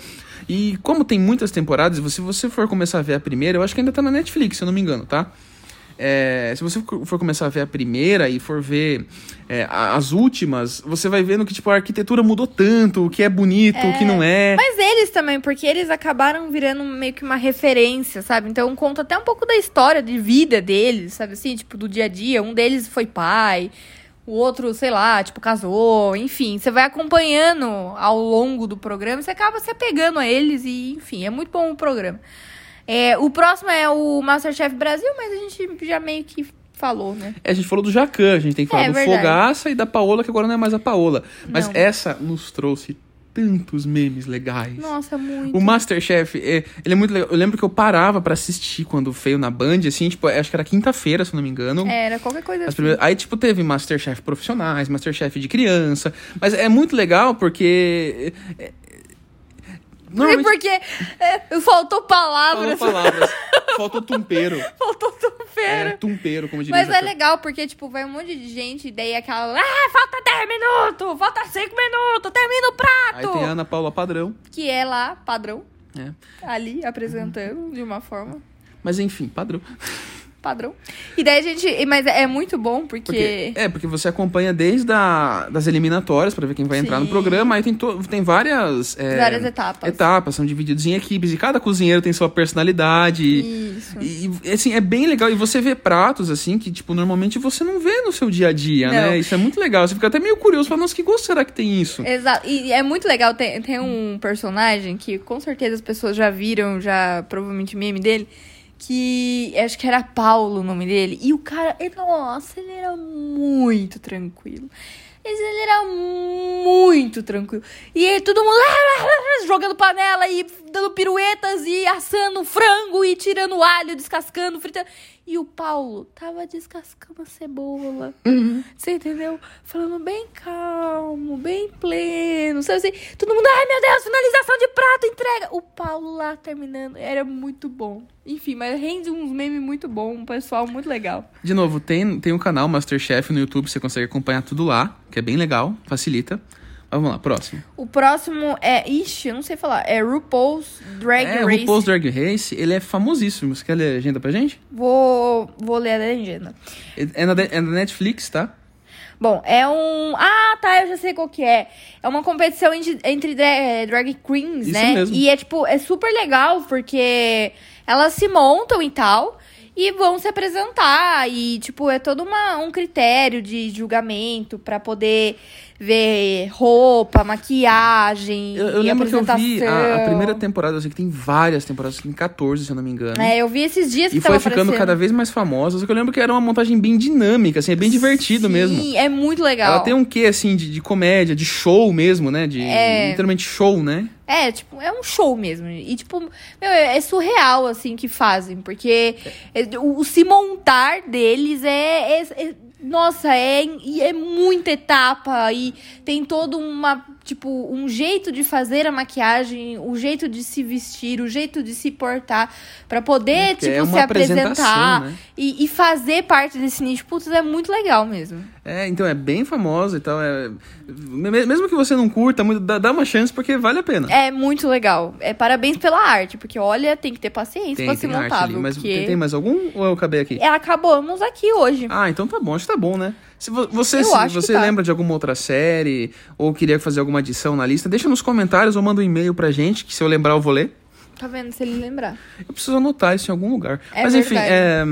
S1: E como tem muitas temporadas, se você for começar a ver a primeira, eu acho que ainda tá na Netflix, se eu não me engano, tá? É, se você for começar a ver a primeira e for ver é, a- as últimas, você vai vendo que tipo, a arquitetura mudou tanto, o que é bonito, o que não é.
S2: Mas eles também, porque eles acabaram virando meio que uma referência, sabe? Então conta até um pouco da história de vida deles, sabe assim? Tipo, do dia a dia. Um deles foi pai, o outro, sei lá, tipo, casou, enfim. Você vai acompanhando ao longo do programa, você acaba se apegando a eles e, enfim, é muito bom o programa. É, o próximo é o Masterchef Brasil, mas a gente já meio que falou, né?
S1: É, a gente falou do Jacan, a gente tem que falar
S2: É,
S1: do
S2: verdade.
S1: Fogaça e da Paola, que agora não é mais a Paola. Mas
S2: Não.
S1: essa nos trouxe tantos memes legais.
S2: Nossa, muito.
S1: O Masterchef, é, ele é muito legal. Eu lembro que eu parava pra assistir quando feio na Band, assim, tipo, acho que era quinta-feira, se eu não me engano.
S2: Era qualquer coisa
S1: As
S2: assim.
S1: primeiras- Aí, tipo, teve Masterchef profissionais, Masterchef de criança. Mas é muito legal porque. é, é,
S2: [LAUGHS] Porque,
S1: normalmente-
S2: é, faltou
S1: Falou
S2: palavras, [LAUGHS]
S1: palavras. Faltou tumpeiro.
S2: faltou
S1: É,
S2: tumpeira.
S1: tumpeiro, como diria.
S2: Mas
S1: o
S2: é
S1: Jacan.
S2: legal, porque, tipo, vai um monte de gente, e daí aquela. Ah, falta 10 minutos, falta 5 minutos, termina o
S1: Aí tem a
S2: prato!
S1: Ana Paula Padrão.
S2: Que é lá, padrão,
S1: né?
S2: ali
S1: Uhum.
S2: apresentando de uma forma.
S1: Mas enfim, padrão.
S2: Padrão. E daí a gente. Mas é muito bom,
S1: Porque,
S2: porque.
S1: é, porque você acompanha desde a, das eliminatórias pra ver quem vai entrar no
S2: Sim.
S1: programa. Aí tem, to- tem várias, é,
S2: várias etapas.
S1: etapas, são divididos em equipes e cada cozinheiro tem sua personalidade.
S2: Isso.
S1: E, e, assim, é bem legal. E você vê pratos, assim, que, tipo, normalmente você não vê no seu dia a dia,
S2: Não.
S1: né? Isso é muito legal. Você fica até meio curioso, fala, nossa, que gosto será que tem isso?
S2: Exato. E é muito legal, tem, tem um personagem que com certeza as pessoas já viram, já provavelmente meme dele, que acho que era Paulo o nome dele. E o cara, ele- nossa, ele era muito tranquilo. Mas Ele era muito tranquilo. E ele, todo mundo "Ah, jogando panela e dando piruetas e assando frango e tirando alho, descascando, fritando. E o Paulo tava descascando a cebola. Você entendeu? Falando bem calmo, bem pleno, sabe assim? Todo mundo, ai meu Deus, finalização de prato, entrega! O Paulo lá terminando, era muito bom. Enfim, mas rende uns memes muito bom, um pessoal muito legal.
S1: De novo, tem, tem um canal Masterchef no YouTube, você consegue acompanhar tudo lá, que é bem legal, facilita. Mas vamos lá, próximo.
S2: O próximo é, ixi, eu não sei falar, é RuPaul's Drag
S1: é,
S2: Race.
S1: o Post Drag Race, ele é famosíssimo. Você quer ler a legenda pra gente?
S2: Vou, vou ler a legenda.
S1: É na, é na Netflix, tá?
S2: Bom, é um. Ah, tá, eu já sei qual que é. É uma competição entre, entre dra- eh, drag queens,
S1: Isso
S2: né?
S1: mesmo.
S2: E é tipo, é super legal, porque elas se montam e tal. E vão se apresentar. E, tipo, é todo uma, um critério de julgamento pra poder ver roupa, maquiagem.
S1: Eu, eu
S2: e
S1: lembro que eu vi a, a
S2: apresentação.
S1: primeira temporada, eu sei que tem várias temporadas, tem 14, se eu não me engano.
S2: É, eu vi esses dias que
S1: E
S2: tava
S1: foi ficando
S2: aparecendo.
S1: cada vez mais famosa. Só que eu lembro que era uma montagem bem dinâmica, assim, é bem divertido
S2: Sim,
S1: mesmo.
S2: é muito legal.
S1: Ela tem um quê, assim, de, de comédia, de show mesmo, né? De, Literalmente show, né?
S2: É, tipo, é um show mesmo. E, tipo, meu, é é surreal, assim, que fazem. Porque é, o, o se montar deles é... é- é- nossa, é, e é muita etapa. E tem todo uma... Tipo, um jeito de fazer a maquiagem, o jeito de se vestir, o jeito de se portar. pra poder,
S1: Porque
S2: tipo,
S1: é uma
S2: se apresentar.
S1: apresentação, né?
S2: E, e fazer parte desse nicho. Putz, é muito legal mesmo.
S1: É, então é bem famosa e tal. É... me- Mesmo que você não curta muito, dá, dá uma chance porque vale a pena.
S2: É muito legal. É parabéns pela arte. Porque, olha, tem que ter paciência pra se montar. viu?
S1: mas
S2: porque...
S1: tem, tem mais algum ou eu acabei aqui?
S2: É, acabamos aqui hoje.
S1: Ah, então tá bom, acho que tá bom, né? Se vo- você,
S2: Eu
S1: se
S2: acho que
S1: você
S2: tá.
S1: lembra de alguma outra série ou queria fazer alguma adição na lista, deixa nos comentários ou manda um e-mail pra gente, que se eu lembrar eu vou ler.
S2: Tá vendo se ele lembrar.
S1: Eu preciso anotar isso em algum lugar.
S2: É
S1: Mas enfim, é,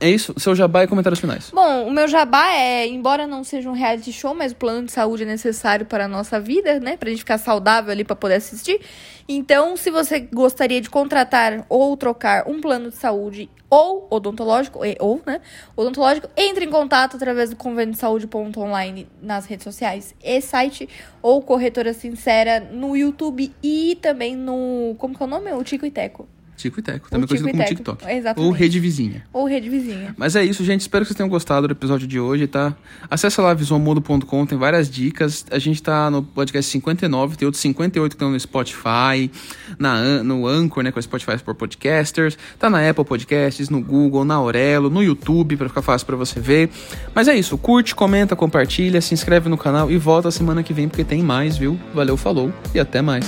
S1: é isso. Seu jabá e comentários finais.
S2: Bom, o meu jabá é, embora não seja um reality show, mas o plano de saúde é necessário para a nossa vida, né? Pra gente ficar saudável ali pra poder assistir. Então, se você gostaria de contratar ou trocar um plano de saúde ou odontológico, e- ou, né? Odontológico, entre em contato através do convênio de saúde.online nas redes sociais e site, ou corretora sincera no YouTube e também no. Como que é o nome? O Tico e Teco.
S1: Tico e Teco, também
S2: O Tico
S1: conhecido
S2: e
S1: como
S2: Teco.
S1: TikTok.
S2: Exatamente.
S1: Ou Rede Vizinha.
S2: Ou rede vizinha.
S1: Mas é isso, gente. Espero que vocês tenham gostado do episódio de hoje, tá? Acesse lá visualmodo.com, tem várias dicas. A gente tá no podcast 59, tem outros 58 que estão no Spotify, na, An- no Anchor, né? Com a Spotify por Podcasters. Tá na Apple Podcasts, no Google, na Aurelo, no YouTube, pra ficar fácil pra você ver. Mas é isso. Curte, comenta, compartilha, se inscreve no canal e volta semana que vem, porque tem mais, viu? Valeu, falou e até mais.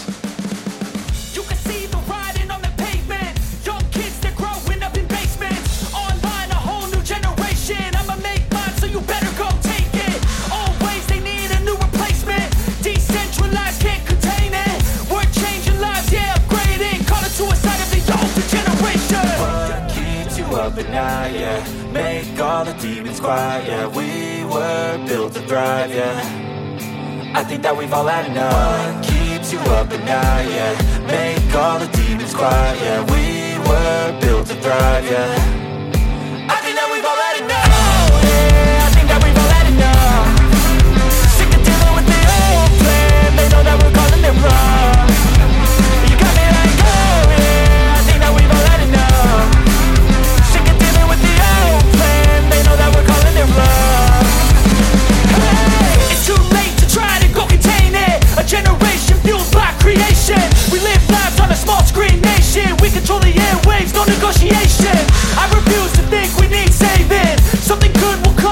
S4: You can see the riding on the pavement. Young kids that growing up in basements. Online, a whole new generation. I'ma make mine, so you better go take it. Always they need a new replacement. Decentralized, can't contain it. We're changing lives, yeah, upgrading. Call it suicide of the older generation.
S5: What keeps you up at night, yeah? Make all the demons quiet, yeah. We were built to thrive, yeah. I think that we've all had enough. What keeps you up at night, yeah? Make all the demons quiet, yeah. We were built to thrive, yeah. oh,